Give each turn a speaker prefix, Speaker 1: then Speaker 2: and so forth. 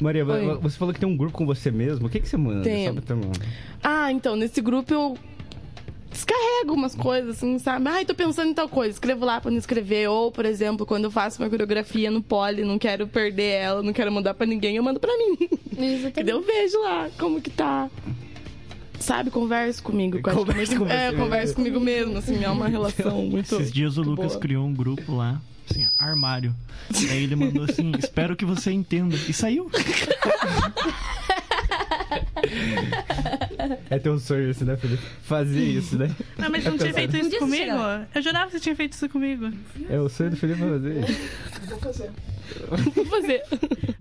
Speaker 1: Maria,
Speaker 2: Oi.
Speaker 1: você falou que tem um grupo com você mesmo. O que, que você manda?
Speaker 2: Tenho.
Speaker 1: Só pra ter uma-
Speaker 2: Ah, então, nesse grupo eu descarrego umas coisas, assim, sabe? Ai, tô pensando em tal coisa, escrevo lá pra não escrever. Ou, por exemplo, quando eu faço uma coreografia no pole, não quero perder ela, não quero mandar pra ninguém, eu mando pra mim. E daí
Speaker 3: Exatamente.
Speaker 2: eu vejo lá como que tá. Sabe, conversa comigo. que eu acho que é
Speaker 1: Conversa
Speaker 2: muito-
Speaker 1: com
Speaker 2: É,
Speaker 1: você né?
Speaker 2: conversa comigo mesmo, assim, é uma relação muito.
Speaker 4: Esses dias o
Speaker 2: muito
Speaker 4: Lucas
Speaker 2: boa.
Speaker 4: criou um grupo lá, assim, armário. E aí ele mandou assim, espero que você entenda. E saiu.
Speaker 1: É teu sonho isso, né, Felipe? Fazer isso, né?
Speaker 5: Não, mas você não tinha feito
Speaker 3: Um dia
Speaker 5: isso
Speaker 3: você
Speaker 5: comigo?
Speaker 3: chega lá.
Speaker 5: Eu jurava que você tinha feito isso comigo.
Speaker 1: É o sonho do Felipe fazer isso.
Speaker 2: Vou fazer.